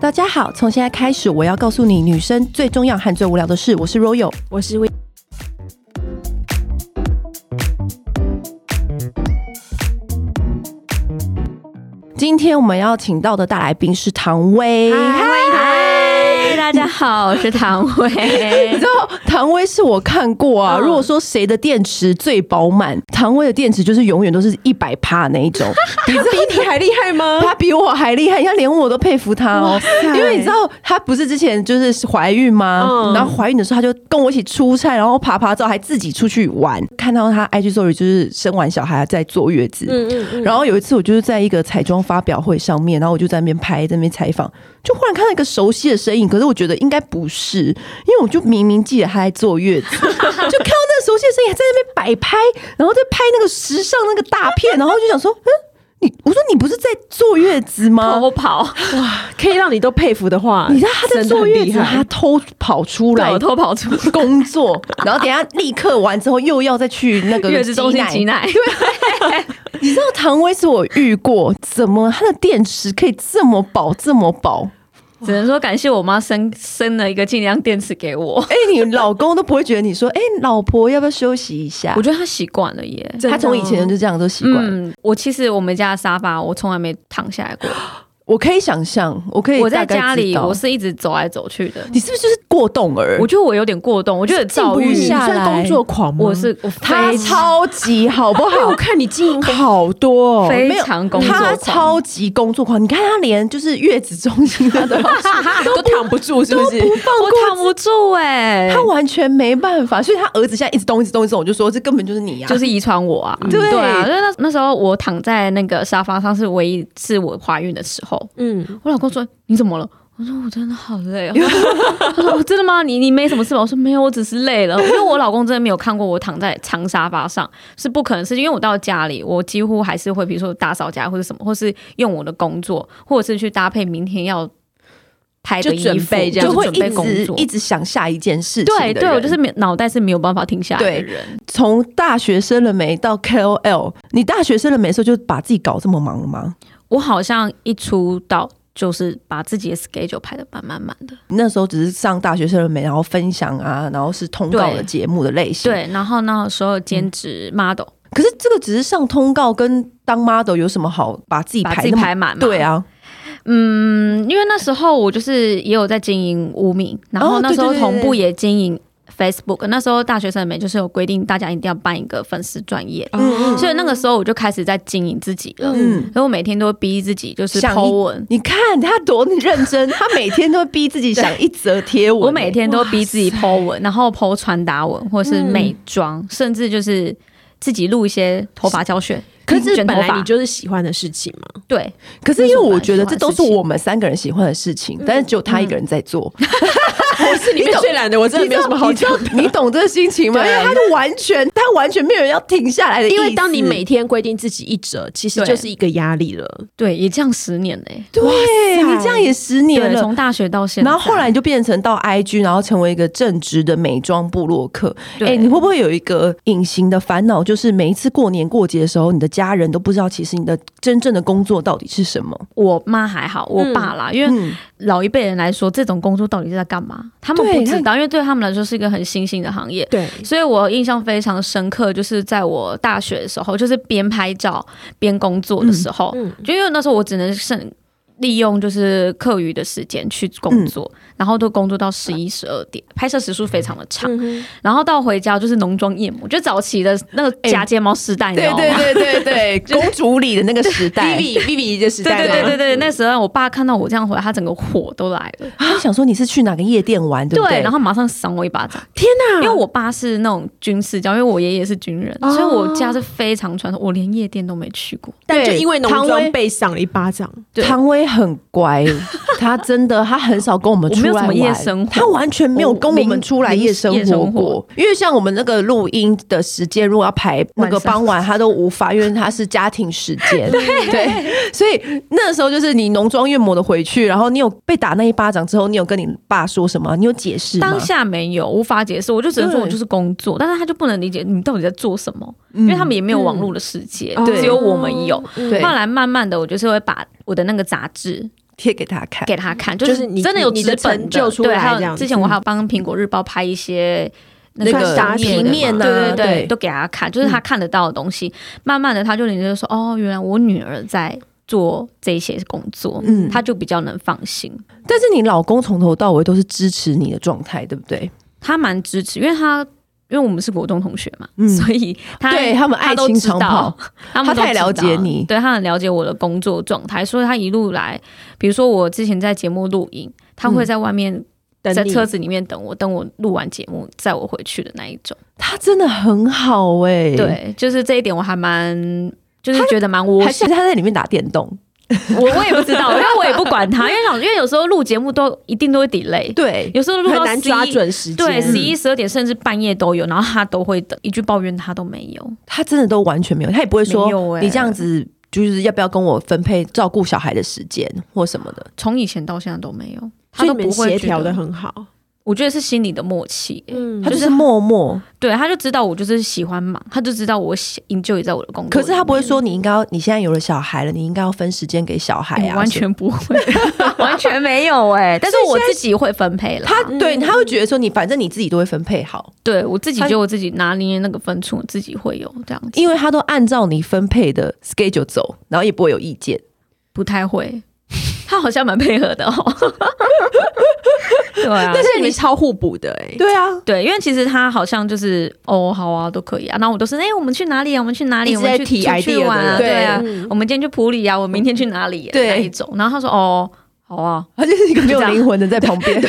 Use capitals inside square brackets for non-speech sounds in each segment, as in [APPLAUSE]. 大家好，从现在开始，我要告诉你女生最重要和最无聊的事。我是 Royal，我是 V。今天我们要请到的大来宾是唐薇。嗨，大家好，我是唐你薇。知道唐薇是我看过啊，嗯如果说谁的电池最饱满，唐薇的电池就是永远都是一百帕那一 [LAUGHS] 种。你知道比你还厉害吗？她比我还厉害，你看连我都佩服她哦哇。塞因为你知道她不是之前就是怀孕吗？嗯然后怀孕的时候她就跟我一起出差，然后爬爬照还自己出去玩。看到她 IG story 就是生完小孩在坐月子，嗯嗯嗯，然后有一次，我就是在一个彩妆发表会上面，然后我就在那边拍，在那边采访，就忽然看到一个熟悉的身影，可是我觉得应该不是，因为我就明明记得他在坐月子，就看到那个熟悉的身影还在那边摆拍，然后在拍那个时尚那个大片，然后就想说，嗯，你我说你不是在坐月子吗？偷跑，可以让你都佩服的话，你知道他在真的坐很月厉子，害他偷跑出来我偷跑出工作，然后等一下立刻完之后又要再去那个月子中心挤挤奶。 [LAUGHS] 你知道唐薇是我遇过，怎么她的电池可以这么薄这么 [LAUGHS] 薄？只能说感谢我妈生生了一个尽量电池给我。哎、你老公都不会觉得你说，哎、老婆要不要休息一下我？觉得她习惯了耶。真的他哦从以前就这样都习惯、嗯，我其实我们家的沙发我从来没躺下来过，我可以想象，我可以我在大概家知里道我是一直走来走去的。你是不是就是过动儿？我觉得我有点过动，我觉得进躁步郁你下算来工作狂吗？我是我他非超级好不哎，我好？看你经营好多哦，非没有常工作他狂，超级工作狂，你看他连就是月子中心他都 [LAUGHS] 哎都躺不住，是不是？我躺不住哎、他完全没办法，所以他儿子现在一直动一直动一直动，我就说这根本就是你啊，就是遗传我啊，对啊，因为那那时候我躺在那个沙发上是唯一是我怀孕的时候，嗯，我老公说你怎么了？我说我真的好 [LAUGHS] 累哦。 [LAUGHS] 他说我真的吗？你你没什么事吧？我说没有，我只是累了。因为我老公真的没有看过我躺在长沙发上是不可能的事情，因为我到家里，我几乎还是会比如说打扫家或者什么，或是用我的工作，或者是去搭配明天要拍的就准衣服，备这样就就会准备一工直作一。直想下一件事情的对人。对，我就是没脑袋是没有办法停下来对的人。从大学生了没到 KOL，你大学生了没的时候就把自己搞这么忙了吗？我好像一出道就是把自己的 schedule 排的满满满的。那时候只是上大学生了没，然后分享啊，然后是通告的对节目的类型。，对，然后那时候兼职嗯 model，、可是这个只是上通告跟当 model 有什么好把自己把排自己那么排满嘛。对啊，嗯，因为那时候我就是也有在经营无名，然哦后那时候对对对同步也经营 Facebook、那时候大学生们就是有规定，大家一定要办一个粉丝专业，嗯嗯所以那个时候我就开始在经营自己了。嗯。所以我每天都会逼自己，就是想一 Po 文。你看他多认真，他每天都会逼自己想一则贴文。我每天都逼自己 Po 文，然后 Po 穿搭文，或是美妆，甚至就是自己录一些头发教学，可是卷本头来发你。就是喜欢的事情嘛，对，可是因为我觉得这都是我们三个人喜欢的事情，但是只有他一个人在做。我是里面最懒的，我真的没有什么好讲你的知道。你懂这个心情吗？因对为他就完全，他完全没有人要停下来的意思。因为当你每天规定自己一折，其实就是一个压力了。对，也这样十年嘞、对你这样也十年对，了。从大学到现在，然后后来你就变成到 IG，然后成为一个正直的美妆部落客。哎、对你会不会有一个隐形的烦恼，就是每一次过年过节的时候，你的家人都不知道其实你的真正的工作到底是什么？我妈还好，我爸啦，因为嗯，老一辈人来说，这种工作到底是在干嘛？他们对不知道，因为对他们来说是一个很新兴的行业。对，所以我印象非常深刻，就是在我大学的时候，就是边拍照边工作的时候，嗯嗯就因为那时候我只能剩利用就是课余的时间去工作，然后都工作到十一十二点，拍摄时数非常的长，嗯然后到回家就是浓妆艳抹，就早期的那个假睫毛时代，你知对道啊吗？对对 [LAUGHS] 对对，公主里的那个时 [LAUGHS] 代， Vivi 的时对对对嘛对对，那时候我爸看到我这样回来，他整个火都来了。他想说你是去哪个夜店玩，对不对？然后马上赏我一巴掌，天哪！因为我爸是那种军事教，因为我爷爷是军人，哦所以我家是非常传统，我连夜店都没去过。但就因为浓唐薇妆被赏了一巴掌，对唐薇薇很 [LAUGHS] 乖，她真的她很少跟我们出来我没有什玩，么夜生活她完全没有跟我们出来夜生我明明夜活生过活。因为像我们那个录音的时间，如果要排那个晚上傍晚，她都无法，因为她是家庭时间。对，所以那时候就是你浓妆艳抹的回去，然后你有被打那一巴掌之后，你有跟你爸说什么？你有解释吗当？下没有，无法解释，我就只能说对我就是工作，但是他就不能理解你到底在做什么，嗯因为他们也没有网络的世界，哦对只有我们有。哦嗯对后来慢慢的，我就是会把我的那个杂志贴给他看。给他看，就就是是你真的有你纸的本成就出对，来还这有样之前我还有帮苹果日报拍一些。那那个个杂志平面啊对对对嗯对，都给他看，就是他看得到的东西。慢慢的，他就理解说，哦，原来我女儿在做这些工作，嗯嗯，他就比较能放心。但是你老公从头到尾都是支持你的状态，对不对？他蛮支持，因为他因为我们是国中同学嘛，所以他嗯对他们爱都情知长跑道，他他们都太知道了解你对他很了解我的工作状态，所以他一路来，比如说我之前在节目录音，他嗯会在外面、等在你车子里面等我，等我录完节目载我回去的那一种。他真的很好哎、，对，就是这一点我还蛮。就是觉得蛮窝还心是，他在里面打电动。我我也不知道，因为我也不管他，因为想，因为有时候录节目都一定都会 delay，对，有时候录很到难11抓准时间，对，十一、十二点甚至半夜都有，然后他都会等，一句抱怨他都没有。他真的都完全没有，他也不会说没有欸你这样子就是要不要跟我分配照顾小孩的时间或什么的。从以前到现在都没有，他所以都你们不会协觉调得的。很好。我觉得是心里的默契，嗯他就就是是默默，对，他就知道我就是喜欢忙，他就知道我喜 enjoy 在我的工作可里面。是他不会说你应该要，你现在有了小孩了，你应该要分时间给小孩哎、啊。完什么全不会， [LAUGHS] 完全没有哎、 [LAUGHS] 但是我自己会分配了，他对他会觉得说你反正你自己都会分配好，对我自己他就我自己拿捏那个分寸，我自己会有这样子，因为他都按照你分配的 schedule 走，然后也不会有意见。不太 [LAUGHS] 会。他好像蛮配合的哦，对 [LAUGHS] 啊，但是你们超互补的哎、对啊，对，因为其实他好像就是哦，好啊，都可以啊。那我都是哎、我们去哪里啊？我们去哪一里？直我们在去提出去 idea 玩对啊？不对对啊，嗯我们今天去普里啊，我明天去哪里、啊？对那一种。然后他说哦，好啊， [LAUGHS] [LAUGHS] 他就是一个没有就这样灵魂的在旁边。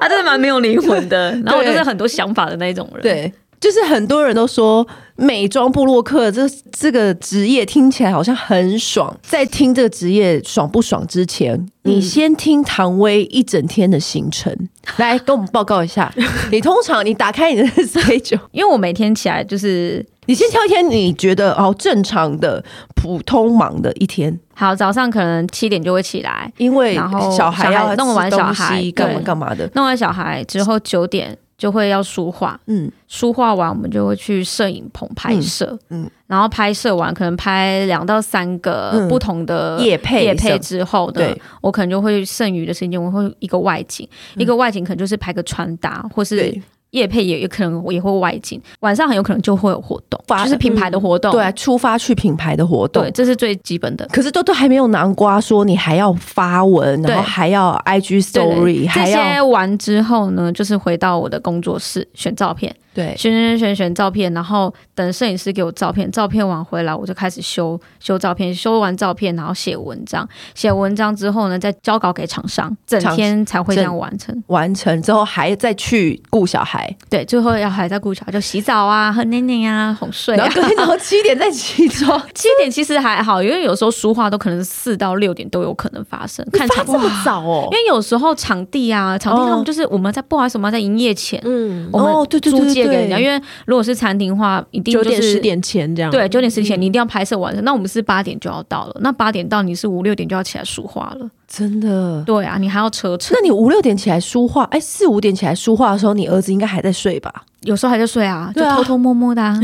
他真的蛮没有灵魂的。 [LAUGHS] 然后我对就是很多想法的那一种人。，对，就是很多人都说美妆部落客这这个职业听起来好像很爽，在听这个职业爽不爽之前，你嗯先听唐薇一整天的行 [LAUGHS] 程，来跟我们报告一下。你通常你打开你的 [LAUGHS] schedule，因为我每天起来就是你先挑一天你觉得哦正常的普通忙的一天，好，早上可能七点就会起来，因为然后小孩小要孩弄完吃东小孩西对干嘛干嘛的，弄完小孩之后九点就会要梳化，嗯。梳化完，我们就会去摄影棚拍摄，嗯嗯，嗯然后拍摄完可能拍两到三个嗯不同的业配什业呃配么之后呢对，嗯我可能就会剩余的时间，我会一个外景，一个外景可能就是拍个穿搭，或是对业配也有可能也会外景，晚上很有可能就会有活动，哇就是品牌的活动，对啊，出发去品牌的活动对，，这是最基本的。可是都都还没有南瓜说你还要发文，对然后还要 IG 对对 story，这还些要完之后呢，就是回到我的工作室选照片，对选选选选照片，然后等摄影师给我照片，照片完回来我就开始修修照片，修完照片然后写文章，写文章之后呢再交稿给厂商，整厂天才会这样完 [LAUGHS] 成。完成之后还再去顾小孩，对，最后要还在顾小孩，就洗澡啊、喝奶奶啊、哄睡然啊后。隔天早上七点再起床，七点其实还好，因为有时候书画都可能是四到六点都有可能发生， [LAUGHS] 看发场这么早哦因。为有时候场地啊，场地他们就是我们在不好意思，我们要在营业前，嗯，我哦们对对对租借给人家，对因为如果是餐厅的话，一定九就点是十点前嗯这样，对，九点十前你一定要拍摄完成。那我们是八点就要到了，那八点到你是五六点就要起来梳化了。真的。对啊，你还要车程那，你五六点起来梳化，哎，四五点起来梳化的时候，你儿子应该还在睡吧？有时候还在睡啊，就对啊偷偷摸摸 [LAUGHS] 的、啊，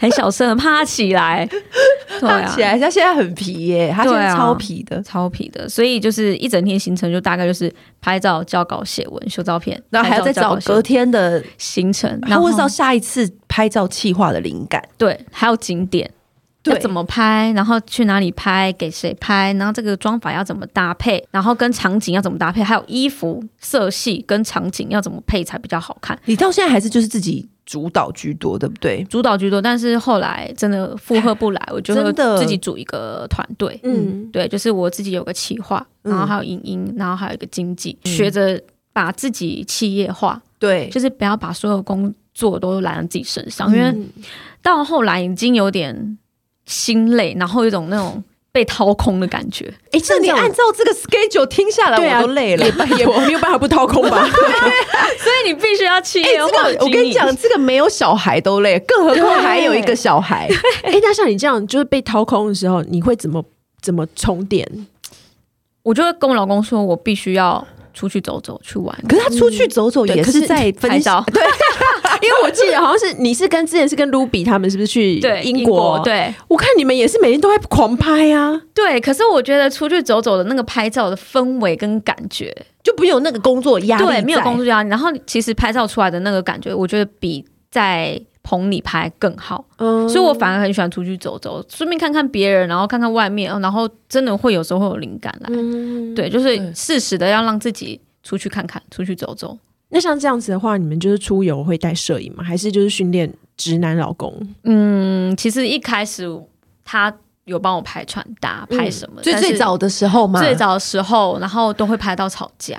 很小声，怕他起来。对他啊起，来，他现在很皮耶，他现在对啊超皮的。超皮的，所以就是一整天行程就大概就是拍照、交稿、写文、修照片，然后还要再拍照找交稿写隔文天的，行程，他然后会找下一次拍照计划的灵感。对，还有景点。对要怎么拍，然后去哪里拍，给谁拍，然后这个妆法要怎么搭配，然后跟场景要怎么搭配，还有衣服色系跟场景要怎么配才比较好看。你到现在还是就是自己主导居多，对不对？主导居多，但是后来真的负荷不来，我就会 [LAUGHS] 真的自己组一个团队。嗯，对，就是我自己有个企划，嗯然后还有影音，然后还有一个经济，学着把自己企业化，对，就是不要把所有工作都揽在自己嗯身上，因为到后来已经有点心累，然后有一种那种被掏空的感觉。哎、这你按照这个 schedule 听下来，对啊我都累了。也 [LAUGHS] 也没有办法不掏空 [LAUGHS] [LAUGHS] 吧？所以你必须要企哎、业这化个我跟你讲，这个没有小孩都累，更何况还有一个小孩。 [LAUGHS] 哎、那像你这样就是被掏空的时候，你会怎么怎么充电？ [LAUGHS] 我就会跟我老公说，我必须要出去走走，去玩。可是他出去走走对也可是在拍分享，，照对因为我记得好像是你是跟之前是跟 Ruby 他们是不是去对，英国，对我看你们也是每天都在狂拍啊，对。可是我觉得出去走走的那个拍照的氛围跟感觉，就不有那个工作压力在，对，没有工作压力。然后其实拍照出来的那个感觉，我觉得比在棚里拍更好。嗯，所以我反而很喜欢出去走走，顺便看看别人，然后看看外面，哦然后真的会有时候会有灵感来。嗯，对，就是对适时的要让自己出去看看，出去走走。那像这样子的话，你们就是出游会带摄影吗？还是就是训练直男老公？嗯，其实一开始他有帮我拍穿搭、嗯拍什么，最但是最早的时候嘛，最早的时候，然后都会拍到吵 [LAUGHS] 架，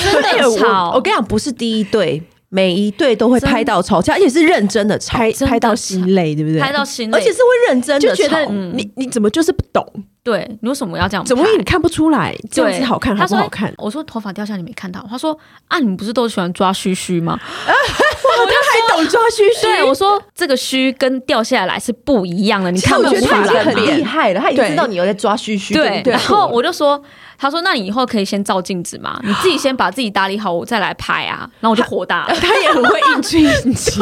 真哎的我吵。我跟你讲，不是第一对，每一对都会真的拍到吵架，而且是认真的吵，拍真的拍到心累，对不对？拍到心累，而且是会认真就的觉得吵。嗯你你怎么就是不懂，对你为什么要这样拍？怎么会你看不出来这样子对好看他还不说好看？我说头发掉下来你没看到，他说啊，你们不是都喜欢抓须须吗？还懂抓虚虚对，我说这个须跟掉下来是不一样的，你其实看我不觉得出他已经来很嘛。厉害了，他已经对知道你有在抓虚虚。对，对然后我就说，他说那你以后可以先照镜子嘛，你自己先把自己打理好，我再来拍啊。然后我就火 [LAUGHS] 大了，他也很会应激 [LAUGHS] 应激，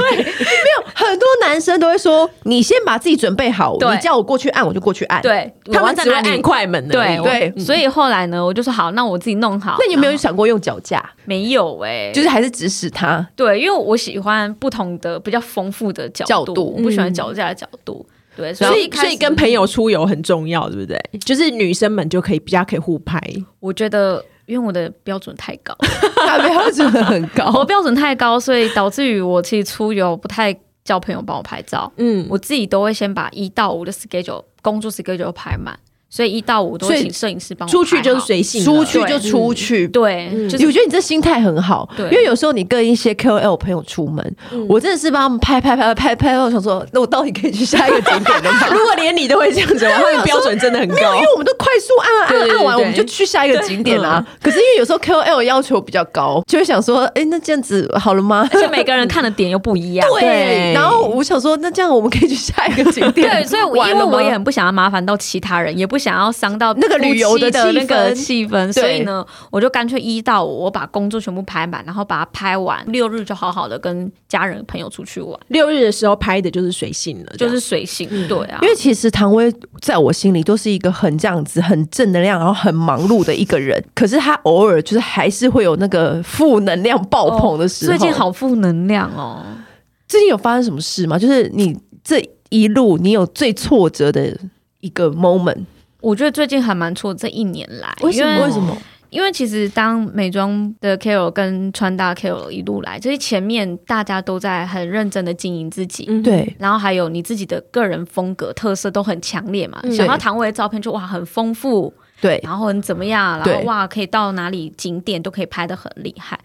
很多男生都会说：“你先把自己准备好，对你叫我过去按，我就过去按。”，对，他我要们在只会那里按。快门而对已。对我所以后来呢，我就说好，那我自己弄好。那你有没有然后？想过用脚架？没有哎，就是还是指使他？对，因为我喜欢不同的、比较丰富的角角度我不喜欢嗯脚架的角度。对，所一以开始所以跟朋友出游很重要，对不对？就是女生们就可以比较可以互拍，我觉得，因为我的标准太高，他标准很哦我高。标准太高，所以导致于我其实出游不太叫朋友帮我拍照，嗯，我自己都会先把一到五的 schedule 工作 schedule 排满，所以一到五都会所以请摄影师帮我出去就是随随性出了，去就出去，对，就是我觉得你这心态很好，对因为有时候你跟一些 KOL 朋友出门，我真的是帮他们拍拍拍拍拍，我想说，那我到底可以去下一个景 [LAUGHS] 点了吗？如果连你都会这样子，然后你标准真的很没有，高因。为我们都快速按对按对对按完，对我们就去下一个景点啦。可是因为有时候 KOL 要求比较高，就会想说，哎，那这样子好了吗？而且每个人看的点又不一样。对然后我想说，那这样我们可以去下一个景点。 [LAUGHS] 对，所以我完因为了吗我也很不想要麻烦到其他人，也不想要伤到那个旅游夫妻的的气那个氛气氛，所以呢，我就干脆一到五，我把工作全部排满，然后把它拍完，六日就好好的跟家人朋友出去玩， [LAUGHS] 六日的时候拍的就是随性了，就是随性。对啊，嗯因为其实唐薇在我心里都是一个很这样子、很正能量，然后很忙碌的一个人。可是她偶尔就是还是会有那个负能量爆棚的时候。最近，好负能量哦。最近有发生什么事吗？就是你这一路，你有最挫折的一个 moment，我觉得最近还蛮错，这一年来，因为什么？因为其实当美妆的 KOL 跟穿搭 KOL 一路来，就是前面大家都在很认真的经营自己，嗯，对，然后还有你自己的个人风格特色都很强烈嘛。嗯想到唐薇的照片就哇很丰富，对，然后很怎么样，啊然对后哇可以到哪里景点都可以拍的很厉害。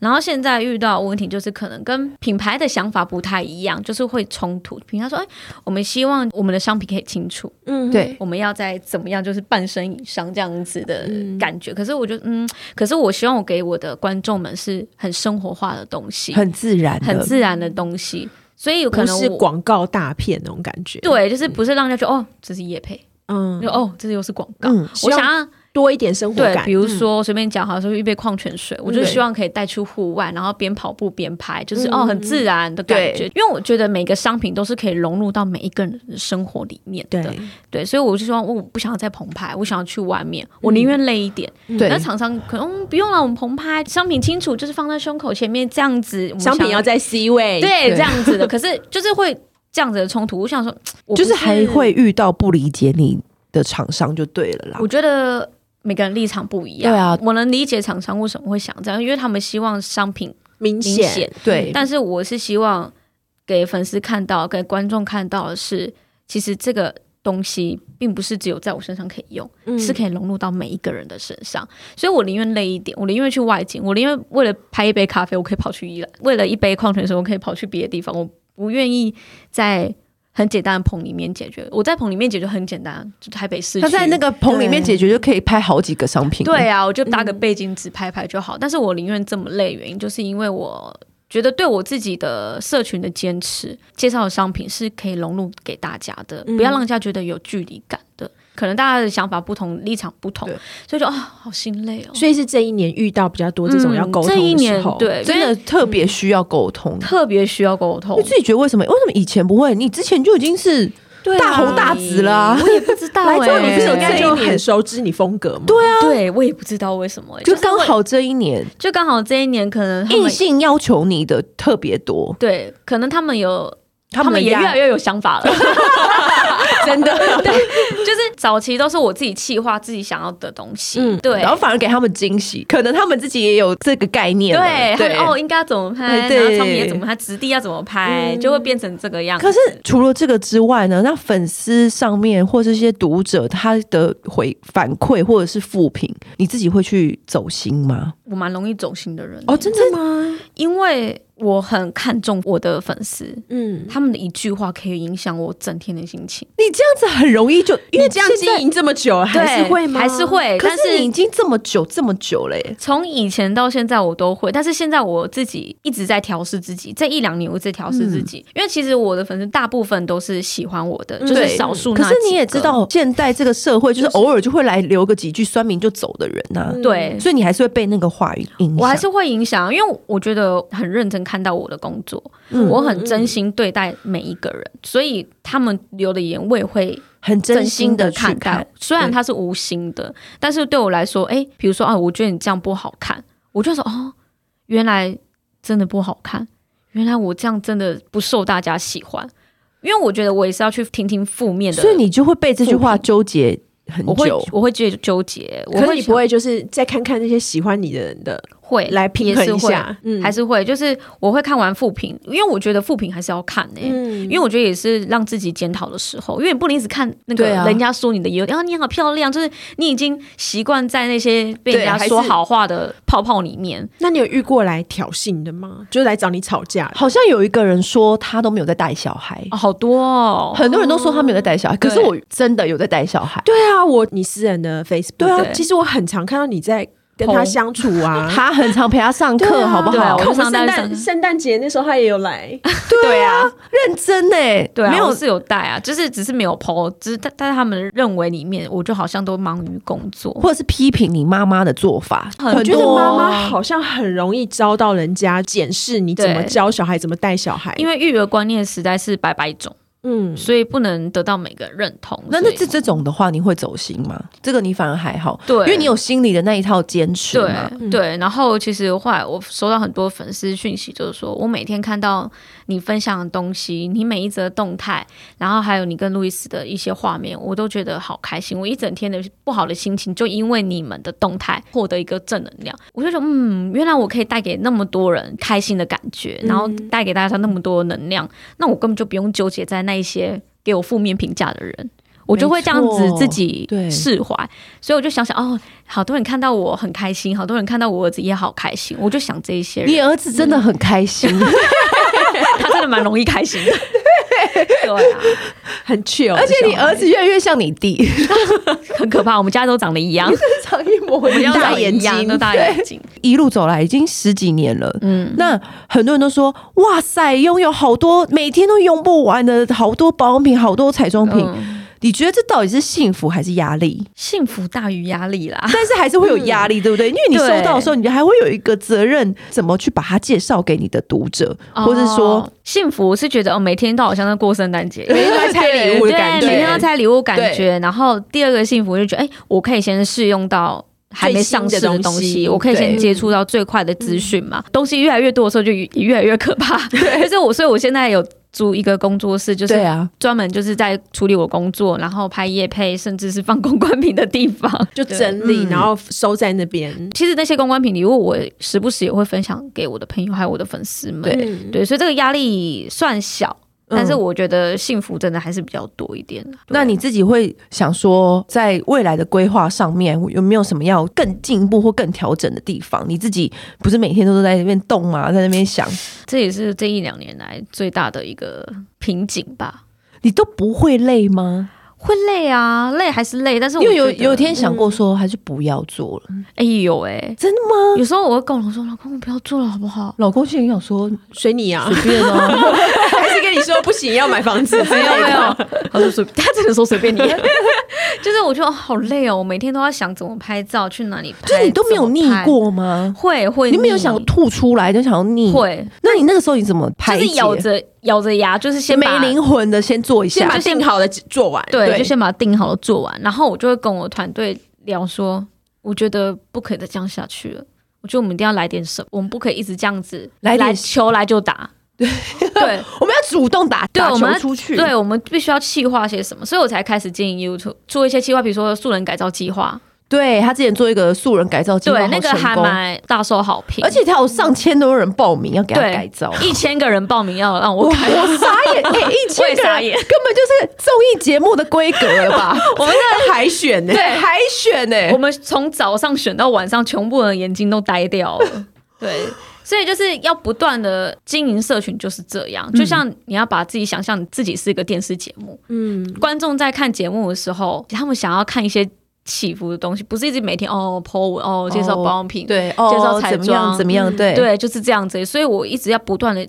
然后现在遇到的问题就是可能跟品牌的想法不太一样，就是会冲突。品牌说，哎，我们希望我们的商品可以清楚，嗯对我们要在怎么样就是半身以上这样子的感觉。可是我觉得，嗯，可是我希望我给我的观众们是很生活化的东西，嗯很自然的，很自然的东西。所以有可不能是我广告大片那种感觉。，对，就是不是让人家觉得哦，这是叶配，嗯就，哦，这又是广告。嗯，我希望想要多一点生活对，感嗯比。如说随便讲，好像是一杯矿泉水，我就对希望可以带出户外，然后边跑步边拍，嗯就是哦，很自然的感觉。对因为我觉得每个商品都是可以融入到每一个人的生活里面的，对，对所以我就希望我不想要在棚拍，我想要去外面，我宁愿累一点。嗯对那。厂商可能、嗯不用了，我们棚拍商品清楚，就是放在胸口前面这样子，我们商想品要在 C 位，对对这样子的，可是就是会。这样子的冲突，我想说，我不就是还会遇到不理解你的厂商就对了啦我。觉得每个人立场不一样。对啊我能理解厂商为什么会想这样，因为他们希望商品明明显显，对，但是我是希望给粉丝看到、给观众看到的是，其实这个。东西并不是只有在我身上可以用，嗯嗯是可以融入到每一个人的身上，所以我宁愿累一点，我宁愿去外景，我宁愿为了拍一杯咖啡，我可以跑去宜兰；为了一杯矿泉水，我可以跑去别的地方。我不愿意在很简单的棚里面解决。我在棚里面解决很简单，就台北市区。他在那个棚里面解决就可以拍好几个商品。对，啊，我就搭个背景纸拍拍就好。但是我宁愿这么累，原因就是因为我觉得对我自己的社群的坚持，介绍的商品是可以融入给大家的，嗯不要让人家觉得有距离感的。可能大家的想法不同，立场不同对，所以就啊、好心累哦。所以是这一年遇到比较多这种要沟嗯通这一的时年候，对，真因为的特别需要沟通。特别需要沟通你。自己觉得为什么？为什么以前不会？你之前就已经是对啊大红大紫啦、我也不知道、欸。来之后你不是有跟应该对就很熟知你风格嘛。对啊，对我也不知道为什么欸、就就是刚会好这一年就刚好这一年可能他硬们性要求你的特别多，对，可能他们有。他他们们也越压来越有想法了， [LAUGHS] 真 [LAUGHS] 的。就是早期都是我自己气化自己想要的东西，嗯对然后反而给他们惊喜，可能他们自己也有这个概念了。对，他对们哦应该要怎么拍，对然后唱片要怎么拍，质地要怎么拍，嗯就会变成这个样子。可是除了这个之外呢，那粉丝上面或是一些读者他的回反馈或者是负评，你自己会去走心吗？我蛮容易走心哦的人，真真的吗？因为我很看重我的粉丝，嗯，他们的一句话可以影响我整天的心情。你这样子很容易就因为你这样现在经营这么久，对还是会吗？还是。会，可但是你已经这么久这么久了耶，从以前到现在我都会，但是现在我自己一直在调试自己，这一两年我一直调试自嗯己，因为其实我的粉丝大部分都是喜欢我的，嗯就是对少数那可几个。是你也知道，现在这个社会就是偶尔就会来留个几句酸民就走的人呐、嗯对。所以你还是会被那个话语影响。我还是会影响，因为我觉得很认真看待我的工作，嗯我很真心对待每一个人，所以他们留的言我也会很真心的的去看待看。。虽然他是无心的，但是对我来说，哎、比如说啊，我觉得你这样不好看，我就说哦，原来真的不好看，原来我这样真的不受大家喜欢。因为我觉得我也是要去听听负面的，所以你就会被这句话负评纠结很我会久。我会觉得纠结，我可是会你不会就是再看看那些喜欢你的人的想会来平衡也是一会下，嗯还是会，就是我会看完负评，因为我觉得负评还是要看呢、嗯，因为我觉得也是让自己检讨的时候，因为你不能一直看那个对啊人家说你的优点，然后、你好漂亮，就是你已经习惯在那些被人对家还是说好话的泡泡里面。那你有遇过来挑衅的吗？就是来找你吵架的？好像有一个人说他都没有在带小孩，哦、好多哦，很多人都说他没有在带小孩，可是对我真的有在带小孩。对啊，我你私人的 Facebook，对啊对其实我很常看到你在跟他相处 [LAUGHS] 啊。他很常陪他上课，好不对啊好我？看我就上们圣大学诞上圣诞节那时候他也有来， [LAUGHS] 对啊， [LAUGHS] 认真哎，对啊，没没有有是有带啊，就是只是没有 PO，只是但但是他们认为里面我就好像都忙于工作，或者是批评你妈妈的做法，很很觉得多妈妈好像很容易遭到人家检视你怎么对教小孩，怎么带小孩，因为育儿观念实在是百百种，嗯，所以不能得到每个人认同。那所那以这这种的话，你会走心吗？这个你反而还好，对，因为你有心里的那一套坚持对嘛。嗯对，然后其实后来我收到很多粉丝讯息，就是说我每天看到你分享的东西，你每一则动态，然后还有你跟路易斯的一些画面，我都觉得好开心。我一整天的不好的心情，就因为你们的动态获得一个正能量，我就觉得嗯，原来我可以带给那么多人开心的感觉，然后嗯带给大家那么多能量，那我根本就不用纠结在那一些给我负面评价的人。我就会这样没子错自己对释怀，所以我就想想哦，好多人看到我很开心，好多人看到我儿子也好开心，我就想这一些你人，儿子真的很开心， [LAUGHS] 他真的蛮容易开 [LAUGHS] 心的。对啊，很 chill。而且你儿子越来越像你弟，很可怕，我们家都 [LAUGHS] 长得一样，长一模 [LAUGHS] 我们家都 [LAUGHS] 大长得眼一样，睛，都大对眼睛。一路走来已经十几年了。 [LAUGHS] 嗯，那很多人都说，哇塞，拥有好多每天都用不完的好多保养品、好多彩妆品，嗯你觉得这到底是幸福还是压力？幸福大于压力啦。但是还是会有压力，对不对？因为你收嗯对到的时候，你还会有一个责任，怎么去把它介绍给你的读者，或者说哦幸福是觉得哦，每天都好像在过圣诞节一样，每天都在拆礼物的对感觉每天都在拆礼物感觉。然后第二个幸福就觉得，哎、我可以先试用到。还没上市最新的东东西我可以先对接触到最快的资讯嘛。嗯东西越来越多的时候，就也越来越可 [LAUGHS] 怕。对，所以我所以我现在有租一个工作室，就是对啊，专门就是在处理我工作，然后拍夜配，甚至是放公关品的地方。 [LAUGHS] 就整理，嗯然后收在那边。其实那些公关品礼物，我时不时也会分享给我的朋友还有我的粉丝们。对嗯，对，所以这个压力算小，嗯但是我觉得幸福真的还是比较多一点。啊那你自己会想说，在未来的规划上面有没有什么要更进步或更调整的地方？你自己不是每天都在那边动吗？在那边想，这也是这一两年来最大的一个瓶颈吧。你都不会累吗？会累啊，累还是累，但是我因为有觉得有一天想过说，还是不要做了，哎有哎，真的吗？有时候我会跟我老公说，老公我不要做了好不好？ [LAUGHS] 老公心里想说，随你啊，随便啊， [LAUGHS] 还是跟你说不行，要买房子之 [LAUGHS] 没类有没的。有，他就随他只能说随便你， [LAUGHS] 就是我觉得哦好累哦，我每天都要想怎么拍照，去哪里拍，就是你都没有逆怎么拍，过吗？会会，你没有想吐出来，就想要逆？会，那你那个时候你怎么排就解？是咬着咬着牙，就是先没把灵魂的先做一先下把，定好的做完，对，就先把它定好了做完，然后我就会跟我团队聊说，我觉得不可以再这样下去了。我觉得我们一定要来点什么，我们不可以一直这样子来点球来 [LAUGHS] 就打，对我们要主动打对打我球们要出去，对，我们必须要企划些什么，所以我才开始经营 YouTube，做一些计划，比如说素人改造计划，对他之前做一个素人改造计划，对，好那个成还功蛮大受好评，而且他有上千多人报名要给他对改造。一千个人报名要让我我我改，傻 [LAUGHS] 眼，哎、一我千也个傻人眼根本就是综艺节目的规格了吧？我们在海选 [LAUGHS] 呢，对海选呢、我们从早上选到晚上，全部人眼睛都呆 [LAUGHS] 掉了。对，所以就是要不断的经营社群，就是这样。就嗯像你要把自己想象你自己是一个电视节目，嗯，观众在看节目的时候，他们想要看一些起伏的东西，不是一直每天哦 po 文哦介绍保养品，对介绍哦，彩怎么样妆嗯怎么样？对对，就是这样子。所以我一直要不断的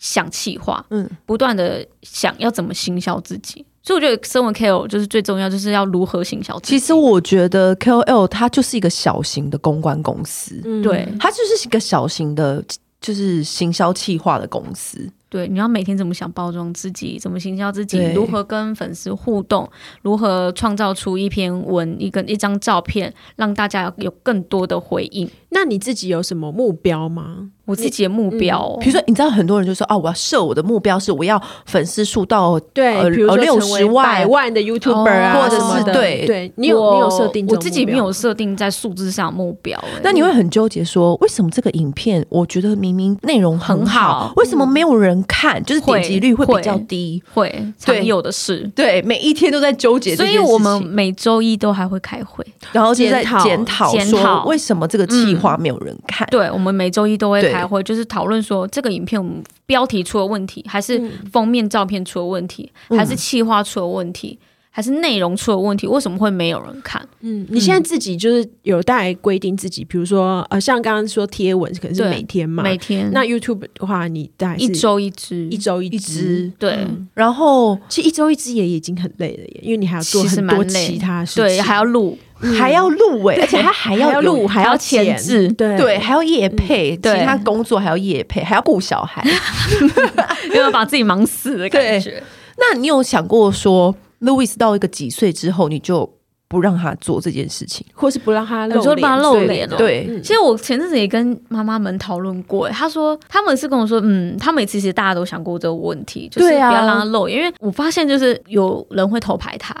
想企划，嗯嗯，不断的想要怎么行销自己。所以我觉得身为 KOL 就是最重要，就是要如何行销自己。其实我觉得 KOL 它就是一个小型的公关公司，嗯对它就是一个小型的，就是行销企划的公司。对，你要每天怎么想包装自己，怎么行销自己对，如何跟粉丝互动，如何创造出一篇文、一个一张照片，让大家有更多的回应。那你自己有什么目标吗？我自己的目标哦、嗯比如说，你知道很多人就说啊，我要设我的目标是我要粉丝数到呃对，比如说呃成60为万百哦万的 YouTuber 啊，或者是什么的对对，你有你有设定这我种自己目没标有设定在数字上的目标、欸那你会很纠结说，为什么这个影片我觉得明明内容很好，很好为什么没有人看？就是点击率会会比较低。会对常有的事。对，每一天都在纠结这所件以事情，我们每周一都还会开会，然后就在检讨检讨嗯检说讨为什么这个企划没有人看？对，我们每周一都会对开会，就是讨论说这个影片我们标题出了问题，还嗯是封面照片出了问题，还是企划出了问题，还是内容出了问题，为什么会没有人看？嗯，你现在自己就是有在规定自己，比如说呃，像刚刚说贴文可能是对每天嘛，每天那 YouTube 的话，你大概是一周一支，一周一一支。嗯支，对然后其实一周一支也已经很累了耶，因为你还要做其实很蛮多累其他事情，对，还要录，还要录哎，而且他还还要要有录，还还要要前剪置对对，，嗯还要夜配，其对他工作还要夜配，还要顾小孩。 [LAUGHS] [LAUGHS] 因为把自己忙死的感觉。那你有想过说，Louis 到一个几岁之后，你就不让他做这件事情？或是不让他露有时候帮他露之类脸的哦对嗯其实我前阵子也跟妈妈们讨论过，欸她说他们是跟我说，嗯，他们其实大家都想过这个问题，就是不对啊要让他露，因为我发现就是有人会偷拍他，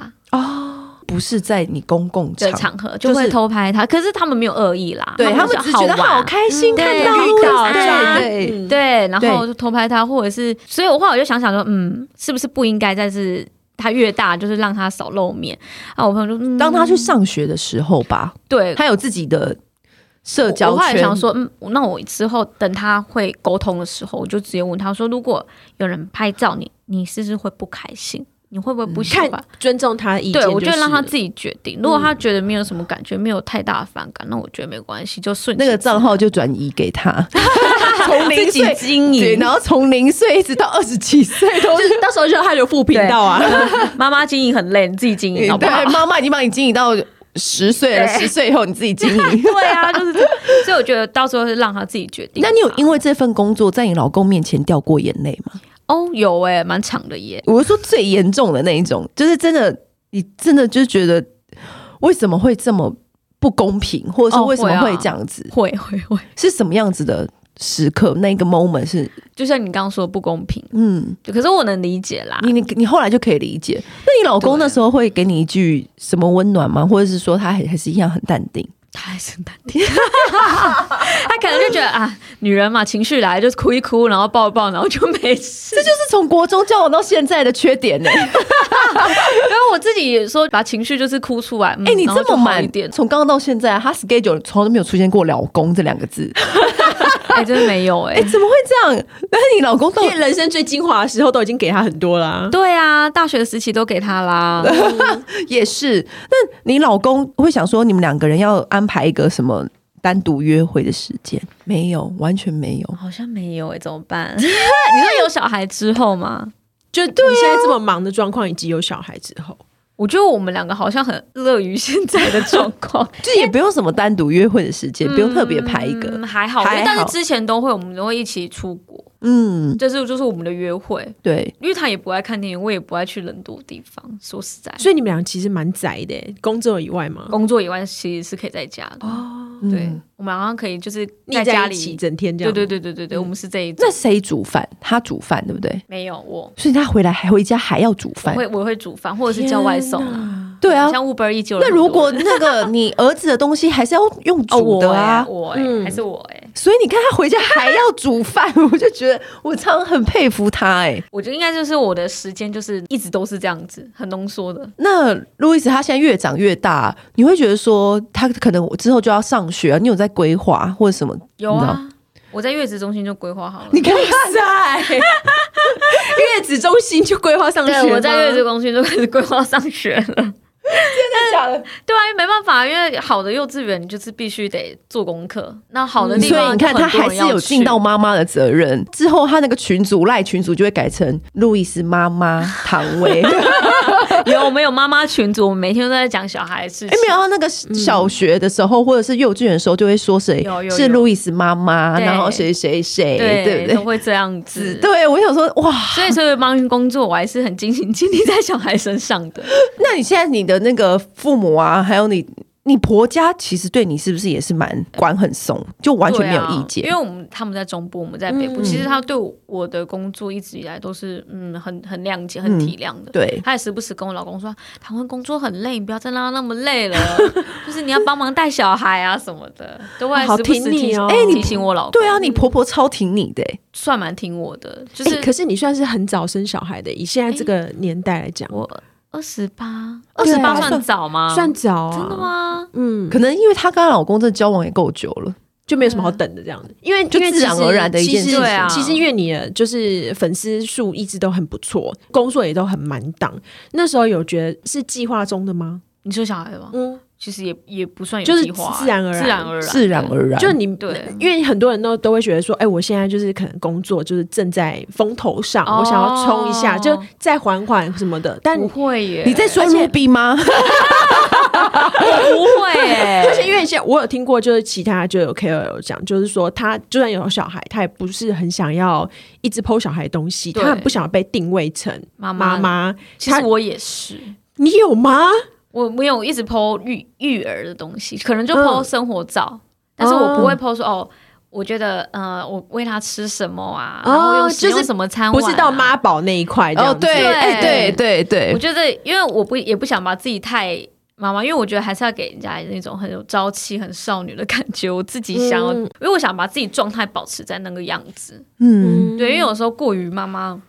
不是在你公共的场场合就就是会偷拍他，可是他们没有恶意啦，对他们们就只觉得好好玩。开心，嗯看对到遇路到对啊对嗯对，然后对就偷拍他，或者是，所以我后来我就想想说，嗯，是不是不应该再是他越大，就是让他少露面啊？我朋友就、嗯、当他去上学的时候吧，对他有自己的社我交我后来圈想。说，嗯，那我之后等他会沟通的时候，我就直接问他说，如果有人拍照你，你是不是会不开心？你会不会不嗯喜欢？看尊重他的意见，对，我觉就得让他是自己决定。如果他觉得没有什么感觉，没有太大的反感，那我觉得没关系，就顺那个其自账号就转移给他， [LAUGHS] 从零自己岁经营对，然后从零岁一直到二十七岁都就是到时候就他有副频道啊， [LAUGHS] 妈妈经营很累，你自己经营好不 [LAUGHS] 好对，？妈妈已经帮你经营到十岁了，对十岁以后你自己经 [LAUGHS] 营。对啊，就是这样，所以我觉得到时候是让他自己决定吧。那你有因为这份工作在你老公面前掉过眼泪吗？哦有哎、欸蛮长的耶。 [LAUGHS] 我是说最严重的那一种，就是真的，你真的就觉得为什么会这么不公平，或者是哦为什么会啊会这样子？会会会，是什么样子的时刻？那一个 moment 是，就像你刚刚说的不公平，嗯，可是我能理解啦。你你你后来就可以理解。那你老公那时候会给你一句什么温暖吗？或者是说他还还是一样很淡定？他还是很淡定，他可能就觉得啊，女人嘛，情绪来就哭一哭，然后抱一抱，然后就没事 [LAUGHS] 这。就是从国中交往到现在的缺点 [LAUGHS] 呢、欸。因为我自己也说，把情绪就是哭出来。哎、嗯哎、你然后这就么好一满点，从刚刚到现在，他 schedule 从来都没有出现过“老公”这两个字。哎、真的没有哎、哎、怎么会这样？ [LAUGHS] 但是你老公到因为人生最精华的时候都已经给他很多啦。对啊，大学时期都给他啦。也是，那你老公会想说你们两个人要安排一个什么单独约会的时间？没有，完全没有。好像没有哎、怎么办？你 [LAUGHS] 说有小孩之后吗？就对、你现在这么忙的状况，以及有小孩之后，我觉得我们两个好像很乐于现在的状 [LAUGHS] 况，就也不用什么单独约会的时间，不用特别排一嗯个。还好，因还为好但是之前都会，我们都会一起出国，嗯，这是就是我们的约会。对，因为他也不爱看电影，我也不爱去人多地方。说实在，所以你们俩其实蛮宅的耶，工作以外嘛，工作以外其实是可以在家的。哦，对嗯，我们好像可以就是腻家在里一起整天这对样，对对，对对对对，我们是这一种那。谁煮饭？他煮饭，对不对？没有我，所以他回来还回家还要煮我饭。会我会煮饭或者是叫外送啊。对啊，像 Uber 一九。那如果那个 [LAUGHS] 你儿子的东西还是要用哦煮我的哎啊，我哎嗯还是我哎，所以你看他回家还要煮饭， [LAUGHS] 我就觉得我常常很佩服他哎、我觉得应该就是我的时间就是一直都是这样子，很浓缩的。那路易斯他现在越长越大，你会觉得说他可能之后就要上学、啊，你有在规划或者什么？有你知道啊，我在月子中心就规划好了。 [LAUGHS] 你看，在欸 [LAUGHS] 月子中心就规划上学吗，对，我在月子中心就开始规划上学了。假的？对啊，因为没办法，因为好的幼稚园就是必须得做功课，那好的地嗯所以方、你看，他还是有尽到。妈妈的责任。之后他那个群组赖群组就会改成路易斯妈妈唐 [LAUGHS] 薇。哎，有，我们有妈妈群组，我们每天都在讲小孩的事情。哎没有，他啊那个小学的时候、或者是幼稚园的时候就会说谁有有是有路易斯妈妈，对然后谁谁谁，对对不都对？会这样子。对，我想说哇，所以，所以忙于工作，我还是很尽心尽力在小孩身上的。那你现在你的那个父母啊，还有你你婆家，其实对你是不是也是蛮管很松，就完全没有意见？对啊因为我们他们在中部，我们在北部，其实他对我的工作一直以来都是嗯很很谅解、很体谅的。对他也时不时跟我老公说，台湾工作很累，你不要再让他那么累了，就是你要帮忙带小孩啊什么的，都会好时不时挺你提醒哦哎提醒我老公，对啊，你婆婆超挺你的、欸，算蛮听我的，就哎、是可是你算是很早生小孩的，以现在这个年代来讲，我二十八，二对十啊八算早吗？算早啊，真的？吗？嗯，可能因为她跟她老公这交往也够久了，就没有什么好等的嗯这样子，因为就因为自然其实而然的一件其事实情啊其实因为你的就是粉丝数一直都很不错，工作也都很满档，那时候有觉得是计划中的吗？你说小孩吗？嗯，其实也也不算有就是计划啊自然而然自然而然，自然而然。就你对因为很多人都都会觉得说，哎、我现在就是可能工作就是正在风头上，哦我想要冲一下，就再缓缓什么的，但不会耶，你在说 Ruby 吗？不会耶， [LAUGHS] 而且因为现在我有听过，就是其他就有 KOL 讲，就是说他就算有小孩，他也不是很想要一直剖小孩的东西，对他很不想被定位成妈妈妈，妈。其实她我也是，你有吗？我没有一直 PO 育育儿的东西，可能就 PO 嗯生活照，但是我哦不会 PO 说哦。我觉得，呃，我喂他吃什么啊？哦然后又使就用是什么餐碗、啊不是到妈。宝那一块这样哦，子对，哎、对对对，我觉得，因为我不也不想把自己太妈妈，因为我觉得还是要给人家那种很有朝气、很少女的感觉。我自己想要，嗯因为我想把自己状态保持在那个样子。嗯，对，因为有时候过于妈妈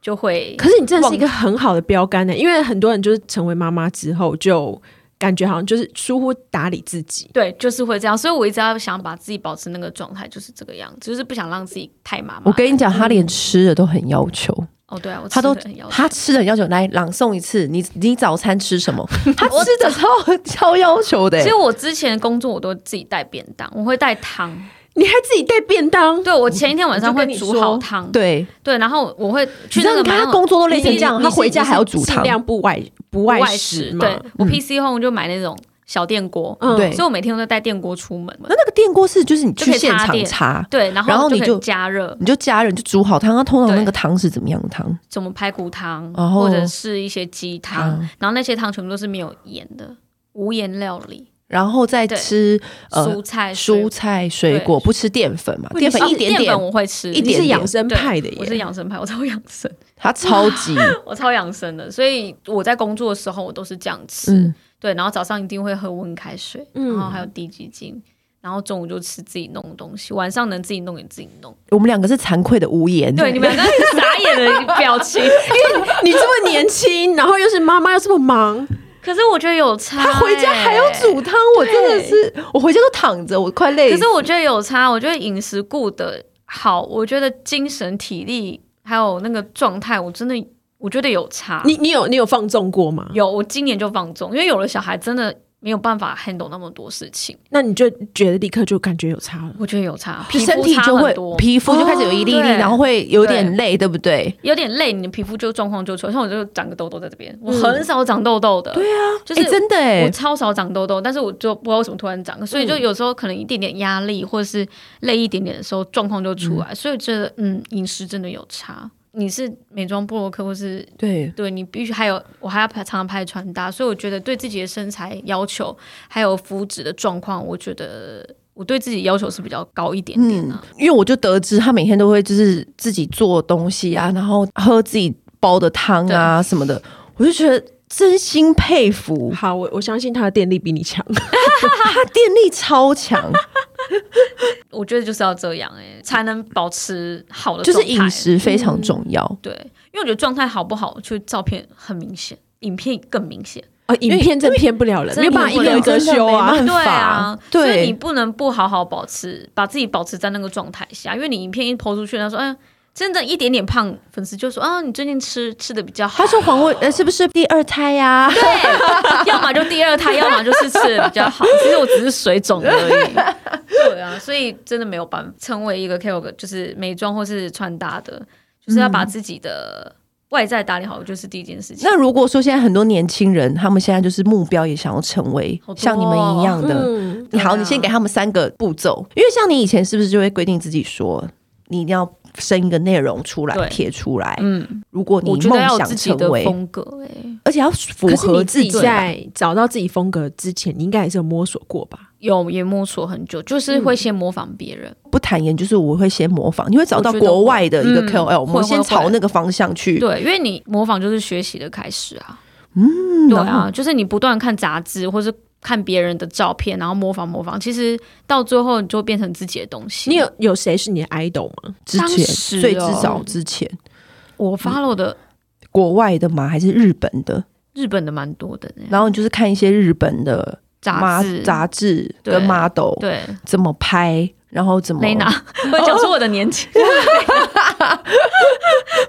就会可是你真的是一个很好的标杆欸呢、因为很多人就是成为妈妈之后，就感觉好像就是疏忽打理自己。对，就是会这样，所以我一直要想把自己保持那个状态，就是这个样子，就是不想让自己太麻麻。我跟你讲，她连吃的都很要求，哦，对啊，我她都吃得很要求她吃的很要求。来朗诵一次，你你早餐吃什 [LAUGHS] 么？她吃的超超要求的、其欸实，我之前工作我都自己带便当，我会带汤。你还自己带便当，对，我前一天晚上我就会跟你煮好说汤，对，对，然后我会去你知那道个你看买她那工种作都累你成这样，她回家还要煮尽汤，量不外不外外食食。嘛。对我 PC 后就买那种小电锅，嗯嗯对 [LAUGHS] 所以我每天都带电锅出门。那那个电锅是就是你去就可以现插场电插，对，然然后后你可以就加热，你就加热你就煮好汤。它通常对那个汤是怎么样的汤？什么排骨汤，哦嗯或者是一些鸡汤，汤然后那些汤全部都是没有盐的，无盐料理，然后再对吃呃蔬菜、水蔬菜水果，不吃淀粉嘛？喂淀你粉哦一点淀点粉，我会吃，一你点是点养生对派的耶，我是养生派，我超养生， [LAUGHS] 它超级我超养生的，所以我在工作的时候我都是这样吃，嗯，对，然后早上一定会喝温开水，嗯然后还有低基精，然后中午就吃自己弄的东西，晚上能自己弄也自己弄。我们两个是惭愧的无言。对，你们两个是傻眼的表情，你这么年轻，然后又是妈妈又这么忙， [LAUGHS] 可是我觉得有差、他回家还要。煮汤，我真的是，我回家都躺着，我快累欸可死。是我觉得有差，我觉得饮食顾的好，我觉得精神、体力还有那个状态，我真的我觉得有差。你你有你有放纵过吗？有，我今年就放纵，因为有了小孩，真的没有办法 handle 那么多事情。那你就觉得立刻就感觉有差了。我觉得有差，皮就肤身体差就很会多哦皮肤就开始有一粒一粒，对然后会有点累，对不对？有点累，你的皮肤就状况就出来。像我就长个痘痘在这边，我很少长痘痘的，对啊，就、就是真的我嗯哎，超少长痘痘，但是我就不知道为什么突然长，所嗯以就有时候可能一点点压力或者是累一点点的时候，状况就出来。所以我觉得，嗯，饮食真的有差。你是美妆布洛克，或是对，对你必须还有，我还要拍常常拍穿搭，所以我觉得对自己的身材要求还有肤质的状况，我觉得我对自己要求是比较高一点点的、啊因为我就得知他每天都会就是自己做东西啊，然后喝自己煲的汤啊什么的，我就觉得真心佩 [LAUGHS] 服，好，我我相信他的电力比你强。他电力超 [LAUGHS] 强，我觉得就是要这样哎、才能保持好的就状是态，饮食非常嗯重要对，因为我觉得状态好不好，就照片很明显，影片更明显。啊，影片真骗不了人，因没为有办法一个一个修啊。真的没办对法啊，对所以你不能不好好保持，把自己保持在那个状态下，因为你影片一抛出去，他说，哎，真的一点点胖，粉丝就说，啊，你最近吃吃的比较好他。说黄伟呃是不是第二胎呀、 [LAUGHS] 对，要么就第二胎，要么就是吃的比较 [LAUGHS] 好。其实我只是水肿而已。对啊，所以真的没有办法成为一个 KOL，就是美妆或是穿搭的，就是要把自己的外在打理好，就是第一件事情。那如果说现在很多年轻人，他们现在就是目标也想要成为好多哦像你们一样的，嗯，你好，对啊你先给他们三个步骤，因为像你以前是不是就会规定自己说，你一定要生一个内容出来对贴出来，嗯，如果你我觉梦得要有自想己成的为，风格、哎，而且要符可是合你自自己己啊吧在找到自己风格之前，你应该也是有摸索过吧？有也摸索很久，就是会先模仿别人。不坦言，就是我会先模仿，你会找到我觉得国外的一个会嗯 KOL，我们会先会朝会那个方向去。对，因为你模仿就是学习的开始啊。嗯，对啊，就是你不断看杂志或是看别人的照片，然后模仿模仿，其实到最后你就会变成自己的东西。你有有谁是你的 idol 吗？之当前时最哦至少之前，我 follow 的国外的吗？还是日本的？日本的蛮多的呢，然后你就是看一些日本的杂志 ma- 杂志对跟 model 对怎么拍，然后怎么 Lena，我讲出我的年纪， [LAUGHS]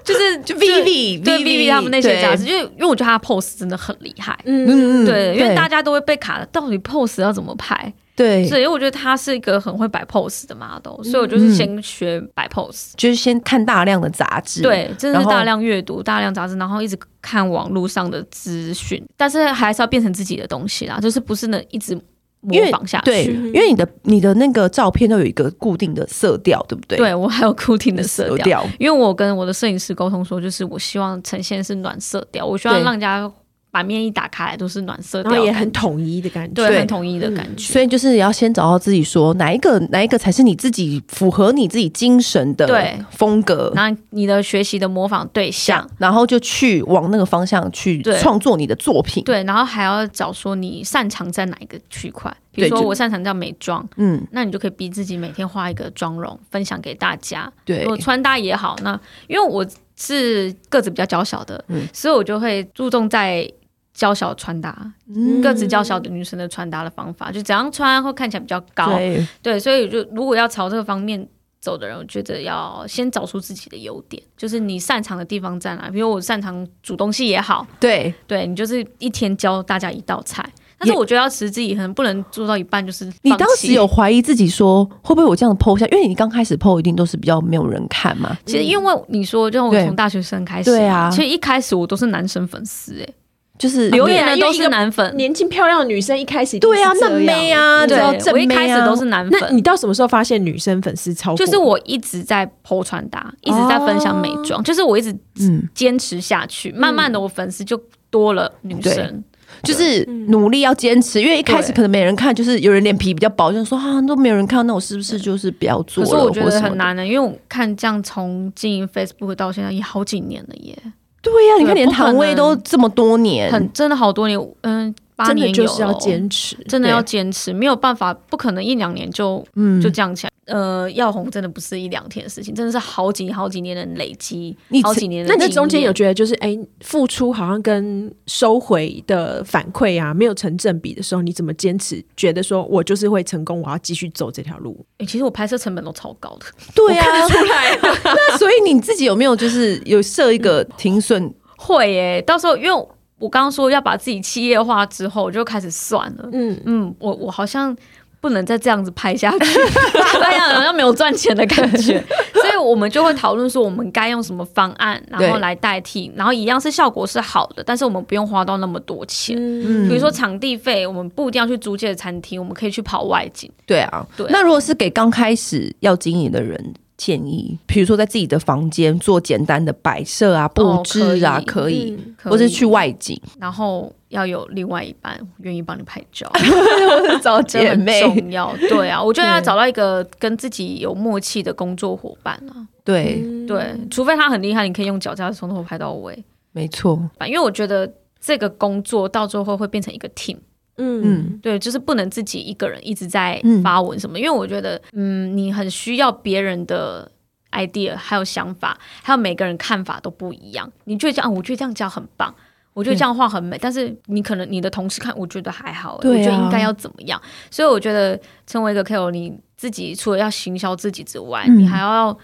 就是 [LAUGHS] 就 Vivi 对 Vivi 他们那些杂志，对就是因为我觉得他的 pose 真的很厉害。嗯，嗯对，因为大家家都会被卡，到底 pose 要怎么拍？对，所以我觉得他是一个很会摆 pose 的 model，所以我就是先学摆 pose。就是先看大量的杂志，对，真的然嗯是后大量阅读、大量杂志，然后一直看网络上的资讯，但是还是要变成自己的东西啦，就是不是能一直模因为仿下去。对，因为你的你的那个照片都有一个固定的色调，对不对？对，我还有固定的色调，调，因为我跟我的摄影师沟通说，就是我希望呈现是暖色调，我希望对让人家版面一打开来都是暖色然调，后也很统一的感觉。对，对嗯很统一的感觉。所以就是要先找到自己说哪一个哪一个才是你自己符合你自己精神的对风格，那你的学习的模仿对象，然后就去往那个方向去对创作你的作品。，对，然后还要找说你擅长在哪一个区块，比对如说就我擅长叫美妆，嗯，那你就可以逼自己每天画一个妆容，分享给大家。对如，果穿搭也好，那因为我是个子比较娇小的，嗯所以我就会注重在娇小穿搭，嗯个子较小的女生的穿搭的方法，就怎样穿会看起来比较高。对，对，所以就如果要朝这个方面走的人，我觉得要先找出自己的优点，就是你擅长的地方在哪。比如我擅长煮东西也好，对，对你就是一天教大家一道菜。但是也我觉得要持之以恒，不能做到一半就是你放当弃时有怀疑自己说会不会我这样剖下？因为你刚开始剖一定都是比较没有人看嘛。其嗯实因为你说，就我对从大学生开始嘛，对啊其实一开始我都是男生粉丝、欸，就是留对言啊的因为都一是个男粉，年轻漂亮的女生一开始一定对啊，是这嫩样妹啊，对知道，我正一妹啊开始都是男那粉。你到什么时候发现女生粉丝超过？就是我一直在剖穿搭，一直在分享美妆，哦就是我一直嗯，坚持下去，嗯慢慢的我粉丝就多了女生，就是努力要坚持，因为一开始嗯对可能没人看，就是有人脸皮比较薄，就说啊都没有人看，那我是不是就是不要做可了？是我觉或得什么很的。难的、欸因为我看这样从经营 Facebook 到现在也好几年了耶，对呀，你看对连不可唐薇能都这么多年，很真的好多年，嗯，八真的年就有是要咯坚持，真的要对坚持，没有办法，不可能一两年就嗯就这样起来。呃，要红真的不是一两天的事情，真的是好几好几年的累积你，好曾几年的那经验。你在中间有觉得就是哎、付出好像跟收回的反馈啊没有成正比的时候，你怎么坚持？觉得说我就是会成功，我要继续走这条路。诶、欸其实我拍摄成本都超高 [LAUGHS] 的，对啊，出来 [LAUGHS] 那所以你自己有没有就是有设一个停损？会耶、到时候因为我刚刚说要把自己企业化之后，我就开始算了。嗯，嗯，我我好像不能再这样子拍下去， [LAUGHS] 这样好像没有赚钱的感觉， [LAUGHS] 所以我们就会讨论说我们该用什么方案，然后对来代替，然后一样是效果是好的，但是我们不用花到那么多钱。嗯比如说场地费，我们不一定要去租借餐厅，我们可以去跑外景。对啊，对那如果是给刚开始要经营的人建议，比如说在自己的房间做简单的摆设啊、布置啊，哦可可以，可或是以嗯去，外景，然后要有另外一半愿意帮你拍 [LAUGHS] 照，或是找这姐很妹。重要。[LAUGHS] 对啊，我觉得要找到一个跟自己有默契的工作伙伴啊。对，对，除非他很厉害，你可以用脚架从头拍到尾。没错，因为我觉得这个工作到最后会变成一个 team，嗯对，就是不能自己一个人一直在嗯发文什么。因为我觉得，嗯，你很需要别人的 idea，还有想法，还有每个人看法都不一样。你觉得这样，啊我觉得这样讲很棒。我觉得这样画很美，但是你可能你的同事看，我觉得还好、嗯对啊我觉得应该要怎么样？所以我觉得成为一个 KOL，你自己除了要行销自己之外，嗯你还要，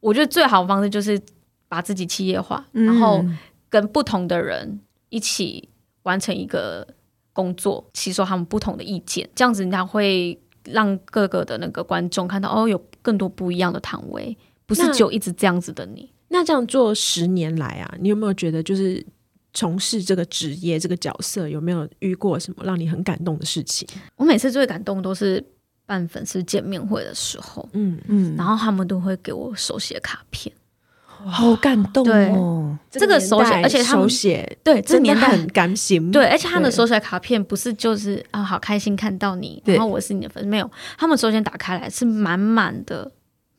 我觉得最好的方式就是把自己企业化，然后嗯跟不同的人一起完成一个工作，吸收他们不同的意见，这样子人家会让各个的那个观众看到哦，有更多不一样的摊位，不是那只有一直这样子的你。那这样做十年来啊，你有没有觉得就是从事这个职业这个角色，有没有遇过什么让你很感动的事情？我每次最感动都是办粉丝见面会的时候，嗯，嗯，然后他们都会给我手写卡片，好感动哦，这个手写年代而且他们手写对，这真的年代很 [LAUGHS] 感性。对，而且他们的对手写卡片不是就是啊，好开心看到你，对然后我是你的粉丝，没有，他们首先打开来是满满的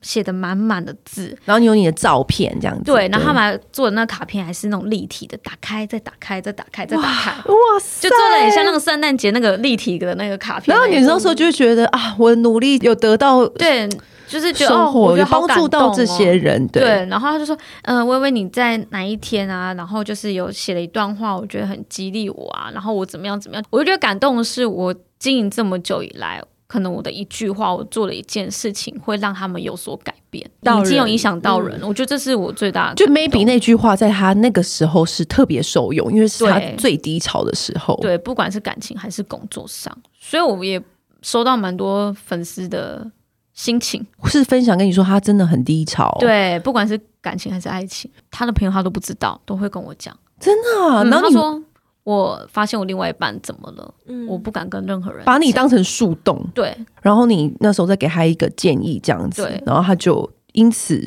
写的满满的字，然后你有你的照片这样子，对，然后他们还做的那卡片还是那种立体的，打开再打开再打开再打开，哇塞就做的很像那个圣诞节那个立体的那个卡然片那后一种，你那时候就会觉得啊，我的努力有得到对，就是觉得生哦，活，我有觉得好帮感助到动这哦些人，对对，然后他就说，呃，微微你在哪一天啊？然后就是有写了一段话，我觉得很激励我啊。然后我怎么样怎么样，我就觉得感动的是，我经营这么久以来，可能我的一句话，我做了一件事情，会让他们有所改变，到已经有人影响到人。我觉得这是我最大的就感 maybe 动那句话在他那个时候是特别受用，因为是他对最低潮的时候，对，不管是感情还是工作上，所以我也收到蛮多粉丝的心情。是分享跟你说他真的很低潮，，对，不管是感情还是爱情，他的朋友他都不知道，都会跟我讲。真的啊、嗯然后他你说。我发现我另外一半怎么了？我不敢跟任何人把你讲当成树洞，对然后你那时候再给他一个建议这样子对，然后他就因此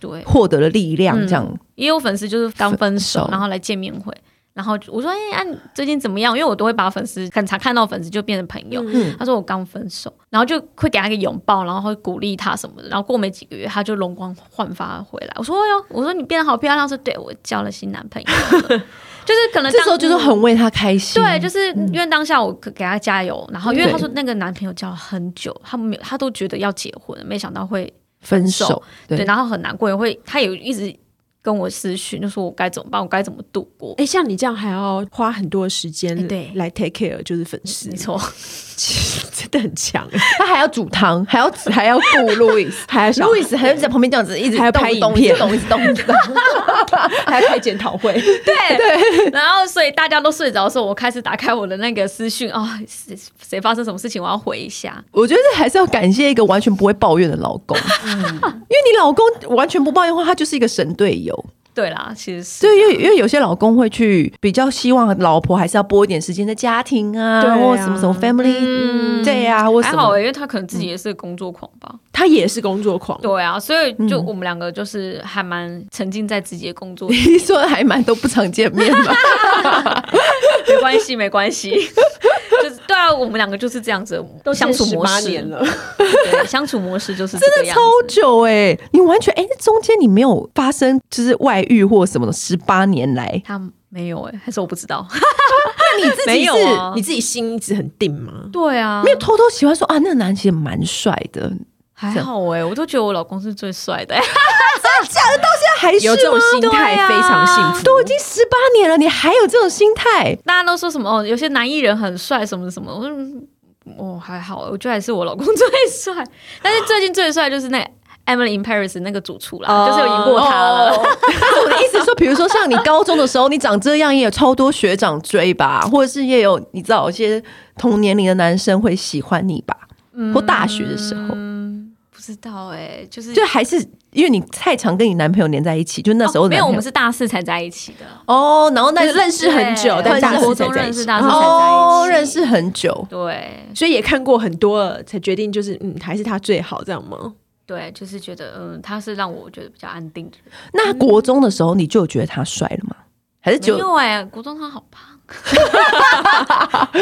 对，获得了力量，嗯这样、也有粉丝就是刚分手分手，然后来见面会，然后我说哎，啊、你最近怎么样？因为我都会把粉丝很常看到粉丝就变成朋友。嗯他说我刚分手，然后就会给他一个拥抱，然后会鼓励他什么的。然后过没几个月，他就容光焕发回来。我说哎呦，我说你变得好漂亮，他说对我交了新男朋友 [LAUGHS] 了，就是可能这当时候就是很为他开心，对，就是因为当下我给他加油，然后因为对他说那个男朋友交了很久，他没有，他都觉得要结婚，没想到会分分手手，对对，然后很难过，也会他也一直跟我私讯，就说我该怎么办，我该怎么度过。哎、像你这样还要花很多时间哎对来 take care，就是粉丝，没错， [LAUGHS] 真的很强，欸他还要煮汤，还要还要顾 [LAUGHS] Louis。还要想 Louis 还在旁边这样子，一直还要拍动影片一直动，一直动，一直动。还要开检讨 [LAUGHS] 会，然后所以大家都睡着的时候，我开始打开我的那个私讯啊、谁谁发生什么事情，我要回一下。 [LAUGHS] 我觉得还是要感谢一个完全不会抱怨的老 [LAUGHS] 公，因为你老公完全不抱怨的话，他就是一个神队友。对啦，其实是啊对，因为因为有些老公会去比较希望老婆还是要拨一点时间在家庭啊，对啊或什么什么 family，、对呀、啊，或还什好、么， [LAUGHS] 嗯欸，因为他可能自己也是工作狂吧。他也是工作狂，对啊，所以就我们两个就是还蛮沉浸在自己的工作里， [LAUGHS] 你说的还蛮都不常见面 [LAUGHS] 嘛，没关系，没关系， [LAUGHS] 就是对啊，我们两个就是这样子都相处十模八式年了，对，相处模式就是这个样超子。久哎、你完全哎，那、中间你没有发生就是外遇或什么的，十八年来他没有哎、还是我不知道。 [LAUGHS] 那你自没己有是、啊你自己心一直很定吗？对啊，没有偷偷喜欢说啊，那个男其实蛮帅的，还好哎、我都觉得我老公是最帅的、 [LAUGHS] 那还是有这种吗心态对啊非常幸福。都已经十八年了，你还有这种心态？大家都说什么哦，有些男艺人很帅什么什么，我说嗯哦还好，我觉得还是我老公最帅。但是最近最帅就是那 Emily in Paris 那个主厨啦，哦就是有赢过他了。但是我的意思是说，比如说像你高中的时候，你长这样也有超多学长追吧，或者是也有你知道有些同年龄的男生会喜欢你吧，嗯或大学的时候， [LAUGHS] 不知道哎、就是就还是因为你太常跟你男朋友黏在一起，就那时候哦的没男有，我朋友、们是大四才在一起的，哦，然后那就是认识很久对但大四国才中在一认识，起大四才在一起，哦，认识很久，对所以也看过很多了，才决定就是嗯，还是他最好这样吗？对，就是觉得嗯，他是让我觉得比较安定的人。那国中的时候你就有觉得他帅了吗？还是没就有哎、国中他好 [LAUGHS] 胖。我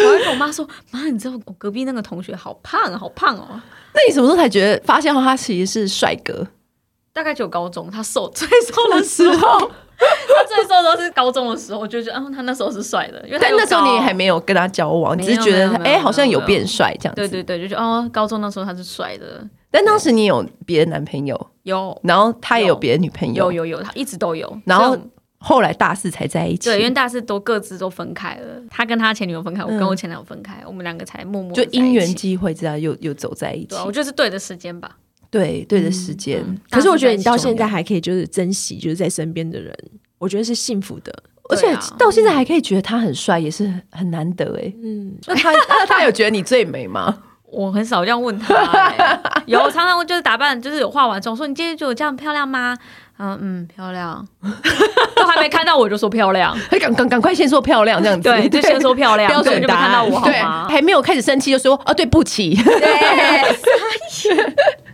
还跟我妈说：“妈，你知道我隔壁那个同学好胖，好胖哦。那你什么时候才觉得发现他其实是帅哥？大概只有高中，他瘦最瘦的时候， [LAUGHS] 他最瘦都是高中的时候，我就觉得，嗯，他那时候是帅的，因为他但又那时候你高还没有跟他交往，你只没是有觉得他没有没哎、有好像没有有变帅这样对子。对对，就觉得哦，高中那时候他是帅的，但当时你有别的男朋友，有然后他也有有别的女朋友，有有有，他一直都有。然后所以我后来大四才在一起，对，因为大四都各自都分开了，他跟他前女友分开，我跟我前男友分开，我们两个才默默嗯就地在因一缘起。机会之下又又走在一起对啊，，我觉得是对的时间吧。对对的时间。嗯可是我觉得你到大四在一现起在还可以就是珍惜就是在身边的人，我觉得是幸福的。而对且啊到现在还可以觉得他很帅，也是很难得哎。嗯，那他那他有觉得你最美吗？我很少这样问他、欸，有常常就是打扮，就是有化完妆，说你今天觉得我这样漂亮吗？嗯嗯，漂亮， [LAUGHS] 都还没看到我就说漂亮，他赶赶赶快先说漂亮这样子， [LAUGHS] 对，就先说漂 [LAUGHS] 亮，标准根本就没看到我好对，吗？还没有开始生气就说啊，对不起。 [LAUGHS]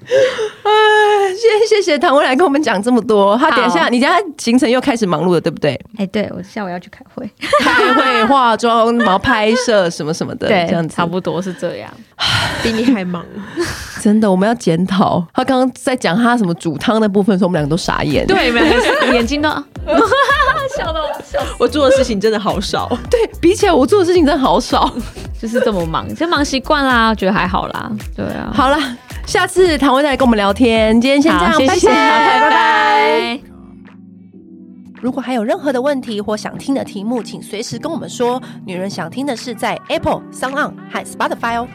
谢谢谢谢唐薇来跟我们讲这么多，他等一下好你家行程又开始忙碌了，对不 [LAUGHS] 对？哎、对我下午要去开会，开会、化妆，然后拍摄什么什么的，对，这样子差不多是这样。比你还忙。真的，我们要检讨。他刚刚在讲他什么煮汤的部分的时候，我们两个都傻眼。对，没有眼睛都 [LAUGHS] 笑到我笑死，我做的事情真的好少，对，比起来我做的事情真的好 [LAUGHS] 少。就是这么忙，就忙习惯啦，觉得还好啦，对啊，好了，下次唐薇再来跟我们聊天。今天先这样，好，谢谢，拜拜。拜拜如果还有任何的问题或想听的题目，请随时跟我们说。女人想听的是在 Apple、s o n 和 Spotify 哦。